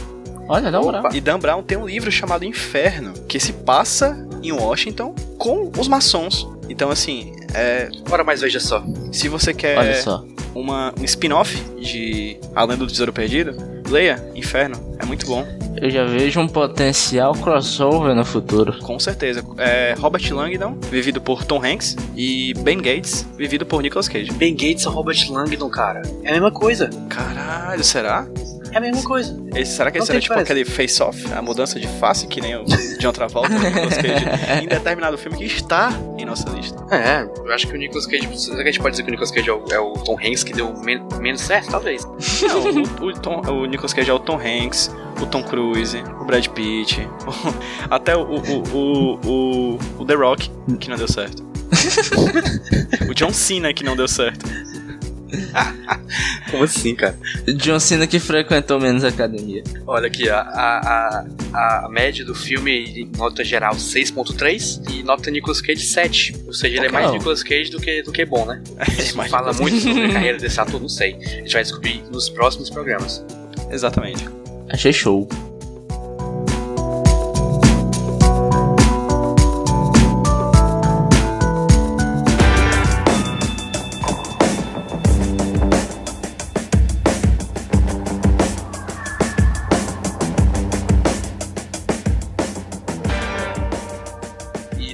Speaker 4: olha, dá uma moral.
Speaker 2: Opa.
Speaker 3: E Dan Brown tem um livro chamado Inferno, que se passa em Washington com os maçons. Então, assim, é,
Speaker 2: Ora, mas veja só.
Speaker 3: se você
Speaker 2: É.
Speaker 4: Olha
Speaker 3: quer
Speaker 4: só.
Speaker 3: uma, um spin-off de A Lenda do Tesouro Perdido, leia Inferno. É muito bom,
Speaker 4: Eu já vejo um potencial crossover no futuro.
Speaker 3: com certeza. É Robert Langdon, vivido por Tom Hanks, e Ben Gates, vivido por Nicolas Cage.
Speaker 2: Ben Gates e Robert Langdon, cara. É a mesma coisa.
Speaker 3: Caralho, será?
Speaker 2: É a mesma coisa.
Speaker 3: Esse- será que
Speaker 2: Não
Speaker 3: esse era
Speaker 2: tem
Speaker 3: tipo
Speaker 2: diferença.
Speaker 3: aquele face-off, a mudança de face, que nem o John Travolta e o Nicolas Cage, em determinado filme que está em nossa lista?
Speaker 2: É, eu acho que o Nicolas Cage. Será que a gente pode dizer que o Nicolas Cage é o, é o Tom Hanks que deu men- menos certo? Talvez.
Speaker 3: Não, o, o, Tom, o Nicolas Cage é o Tom Hanks, o Tom Cruise, o Brad Pitt, o- até o, o, o, o, o The Rock, que não deu certo. o John Cena, que não deu certo.
Speaker 2: Como assim, cara?
Speaker 4: John um Cena que frequentou menos a academia.
Speaker 2: Olha aqui, a, a, a, a média do filme, em nota geral 6.3 e nota Nicolas Cage 7. Ou seja, ele é
Speaker 4: Ok.
Speaker 2: mais Nicolas Cage do que, do que bom, né? Isso
Speaker 3: Mas-
Speaker 2: fala muito sobre a carreira desse ator, não sei. A gente vai descobrir nos próximos programas.
Speaker 3: Exatamente.
Speaker 4: Achei show.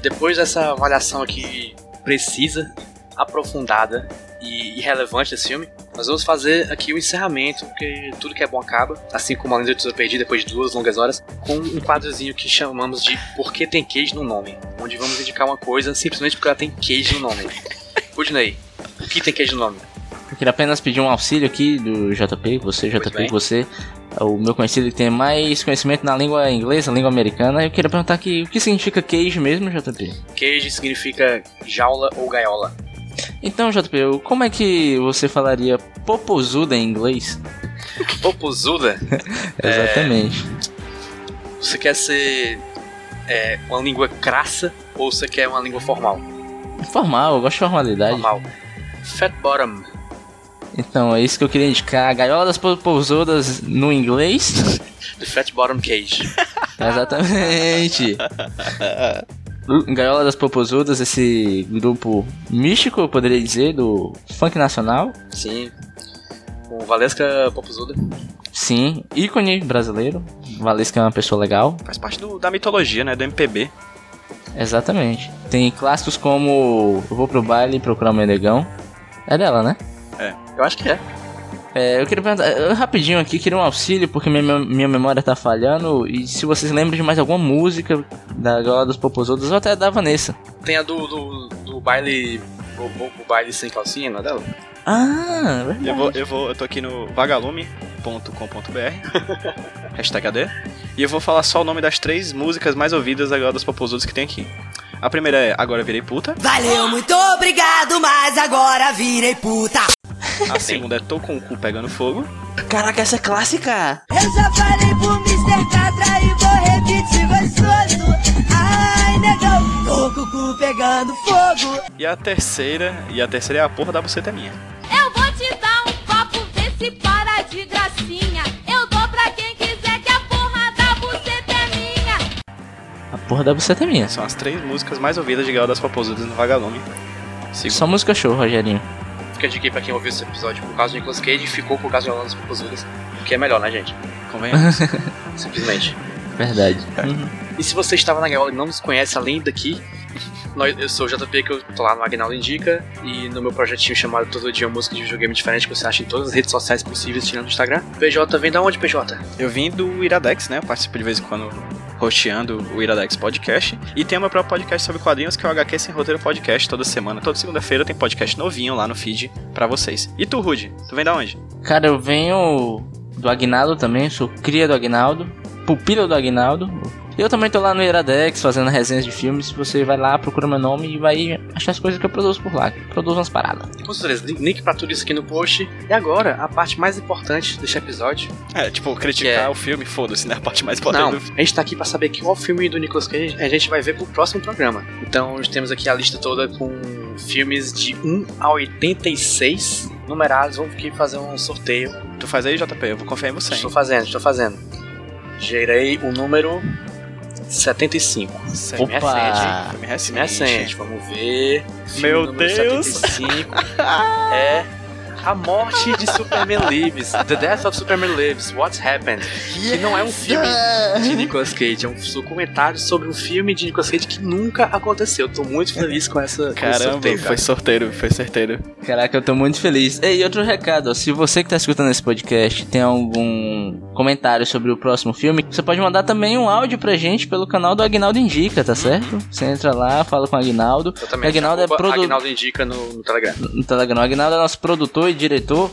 Speaker 2: depois dessa avaliação aqui precisa, aprofundada e irrelevante desse filme, nós vamos fazer aqui o encerramento, porque tudo que é bom acaba, assim como a Lenda do Tesouro Perdido, depois de duas longas horas, com um quadrozinho que chamamos de Por que tem queijo no nome? Onde vamos indicar uma coisa simplesmente porque ela tem queijo no nome. Rudinei, o que tem queijo no nome?
Speaker 4: Eu queria apenas pedir um auxílio aqui do JP, você,
Speaker 2: Pois
Speaker 4: JP,
Speaker 2: bem.
Speaker 4: você, é o meu conhecido que tem mais conhecimento na língua inglesa, língua americana. Eu queria perguntar aqui o que significa queijo mesmo, JP?
Speaker 2: Queijo significa jaula ou gaiola.
Speaker 4: Então, JP, eu- como é que você falaria popozuda em inglês?
Speaker 2: Popozuda,
Speaker 4: Exatamente.
Speaker 2: você quer ser é, uma língua crassa ou você quer uma língua formal?
Speaker 4: Formal, eu gosto de formalidade.
Speaker 2: Formal. Fat bottom.
Speaker 4: Então, é isso que eu queria indicar. Gaiola das popozudas no inglês.
Speaker 2: The fat bottom cage.
Speaker 4: Exatamente. Gaiola das Popozudas, esse grupo místico, eu poderia dizer, do funk nacional.
Speaker 2: Sim. Com Valesca Popozuda.
Speaker 4: Sim, ícone brasileiro. Valesca é uma pessoa legal.
Speaker 3: Faz parte do- da mitologia, né? Do MPB.
Speaker 4: Exatamente. Tem clássicos como Eu Vou Pro Baile Procurar o Meu Negão. É dela, né?
Speaker 2: Eu acho que é.
Speaker 4: É, eu queria perguntar, eu, rapidinho aqui, queria um auxílio, porque minha, minha- minha memória tá falhando. E se vocês lembram de mais alguma música da Gaiola das Popozudas, ou até da Vanessa.
Speaker 2: Tem a do, do, do baile. O, o- o baile sem calcinha, não é dela?
Speaker 4: Ah, verdade.
Speaker 3: Eu vou, eu vou, eu tô aqui no vagalume.com.br Hashtag AD E eu vou falar só o nome das três músicas mais ouvidas agora das popozudas que tem aqui A primeira é Agora Virei Puta
Speaker 5: Valeu, muito obrigado, mas agora virei puta.
Speaker 3: A segunda é Tô Com o Cu Pegando Fogo
Speaker 4: Caraca, essa é clássica!
Speaker 5: Eu já falei pro Mr. Catra e vou repetir gostoso. Ai, negão, tô com o cu pegando fogo.
Speaker 3: E a terceira, e a terceira é A Porra da Buceta é Minha
Speaker 6: Eu vou te dar um papo, vê se para de gracinha. Eu dou pra quem quiser que a porra da buceta é minha.
Speaker 4: A porra da buceta é minha.
Speaker 3: São as três músicas mais ouvidas de Galo das Popozudas no Vagalume Sigo.
Speaker 4: Só música show, Rogerinho.
Speaker 2: Fica a dica aí pra quem ouviu esse episódio por causa do Nicolas Cage e ficou por causa de Valesca Popozudas. O que é melhor, né, gente?
Speaker 3: Convenhamos
Speaker 2: Simplesmente.
Speaker 4: Verdade.
Speaker 2: E se você estava na gaiola e não nos conhece além daqui, nós- eu sou o JP, que eu tô lá no Agnaldo Indica, e no meu projetinho chamado Todo Dia Música de Videogame Diferente, que você acha em todas as redes sociais possíveis, tirando o Instagram. PJ vem da onde, PJ?
Speaker 3: Eu vim do Iradex, né? Eu participo de vez em quando roteando o Iradex Podcast. E tem o meu próprio podcast sobre quadrinhos, que é o HQ Sem Roteiro Podcast, toda semana. Toda segunda-feira tem podcast novinho lá no feed pra vocês. E tu, Rude? Tu vem da onde?
Speaker 4: Cara, eu venho do Agnaldo também, sou cria do Agnaldo, pupila do Agnaldo. Eu também tô lá no Iradex fazendo resenhas de filmes. Você vai lá, procura meu nome e vai achar as coisas que eu produzo por lá. que eu Produzo umas paradas.
Speaker 2: Com certeza, link- link pra tudo isso aqui no post. E agora, a parte mais importante deste episódio.
Speaker 3: É, tipo, criticar
Speaker 2: Que é?
Speaker 3: o filme, foda-se, né? A parte mais
Speaker 2: Não,
Speaker 3: potente do filme.
Speaker 2: a gente tá aqui pra saber qual filme do Nicolas Cage a gente vai ver pro próximo programa. Então, nós temos aqui a lista toda com filmes de 1 a 86 numerados. Vamos aqui fazer um sorteio.
Speaker 3: Tu faz aí, JP? Eu vou confiar em você, hein?
Speaker 2: Estou fazendo, estou fazendo. Gerei o número 75.
Speaker 3: Sério,
Speaker 2: Opa!
Speaker 3: é hein? Filme
Speaker 2: Se
Speaker 3: recente.
Speaker 2: me acende, né, vamos ver. Filme
Speaker 3: Meu
Speaker 2: número
Speaker 3: Deus!
Speaker 2: 75 é A Morte de Superman Lives. The Death of Superman Lives. What's Happened? Que não é um filme de Nicolas Cage, é um documentário sobre um filme de Nicolas Cage que nunca aconteceu. Tô muito feliz com essa com esse
Speaker 3: Caramba,
Speaker 2: sorteio, cara.
Speaker 3: foi sorteiro, foi certeiro.
Speaker 4: Caraca, eu tô muito feliz. Ei, E outro recado, ó, se você que tá escutando esse podcast tem algum comentário sobre o próximo filme, você pode mandar também um áudio pra gente pelo canal do Agnaldo Indica, tá certo? Você entra lá, fala com o Agnaldo.
Speaker 2: Exatamente.
Speaker 4: Aguinaldo é
Speaker 2: Arroba
Speaker 4: produ-
Speaker 2: Aguinaldo indica no, no Telegram.
Speaker 4: no Telegram. O Agnaldo é nosso produtor e diretor.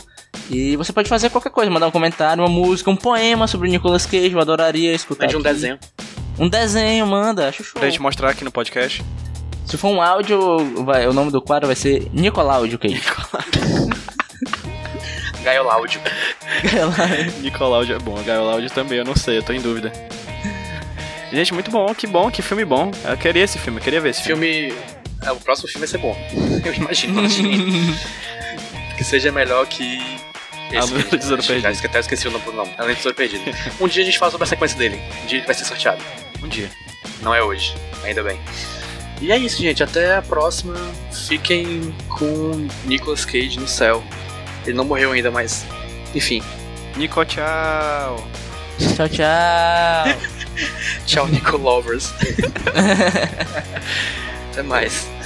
Speaker 4: E você pode fazer qualquer coisa, mandar um comentário, uma música, um poema sobre o Nicolas Cage, eu adoraria escutar.
Speaker 2: Mande um
Speaker 4: aqui.
Speaker 2: desenho.
Speaker 4: Um desenho, manda, acho show.
Speaker 3: Pra gente mostrar aqui no podcast.
Speaker 4: Se for um áudio, vai- o nome do quadro vai ser Nicoláudio Cage.
Speaker 2: Gaiola áudio.
Speaker 3: Nicoláudio é bom, Gaioláudio também, eu não sei, eu tô em dúvida. Gente, muito bom, que bom, que filme bom. Eu queria esse filme, eu queria ver esse filme.
Speaker 2: filme. é, o próximo filme vai ser bom. Eu imagino. que seja melhor que.
Speaker 3: A Lenda do Tesouro
Speaker 2: Acho que-
Speaker 3: Perdido.
Speaker 2: acho que Até esqueci o nome do nome. Além do Tesouro Perdido. Um dia a gente fala sobre a sequência dele. Um dia ele vai ser sorteado.
Speaker 3: Um dia.
Speaker 2: Não é hoje. Ainda bem. E é isso, gente. Até a próxima. Fiquem com Nicolas Cage no céu. Ele não morreu ainda, mas. Enfim.
Speaker 3: Nico, tchau.
Speaker 4: tchau, tchau.
Speaker 2: Tchau, Nico Lovers. Até mais.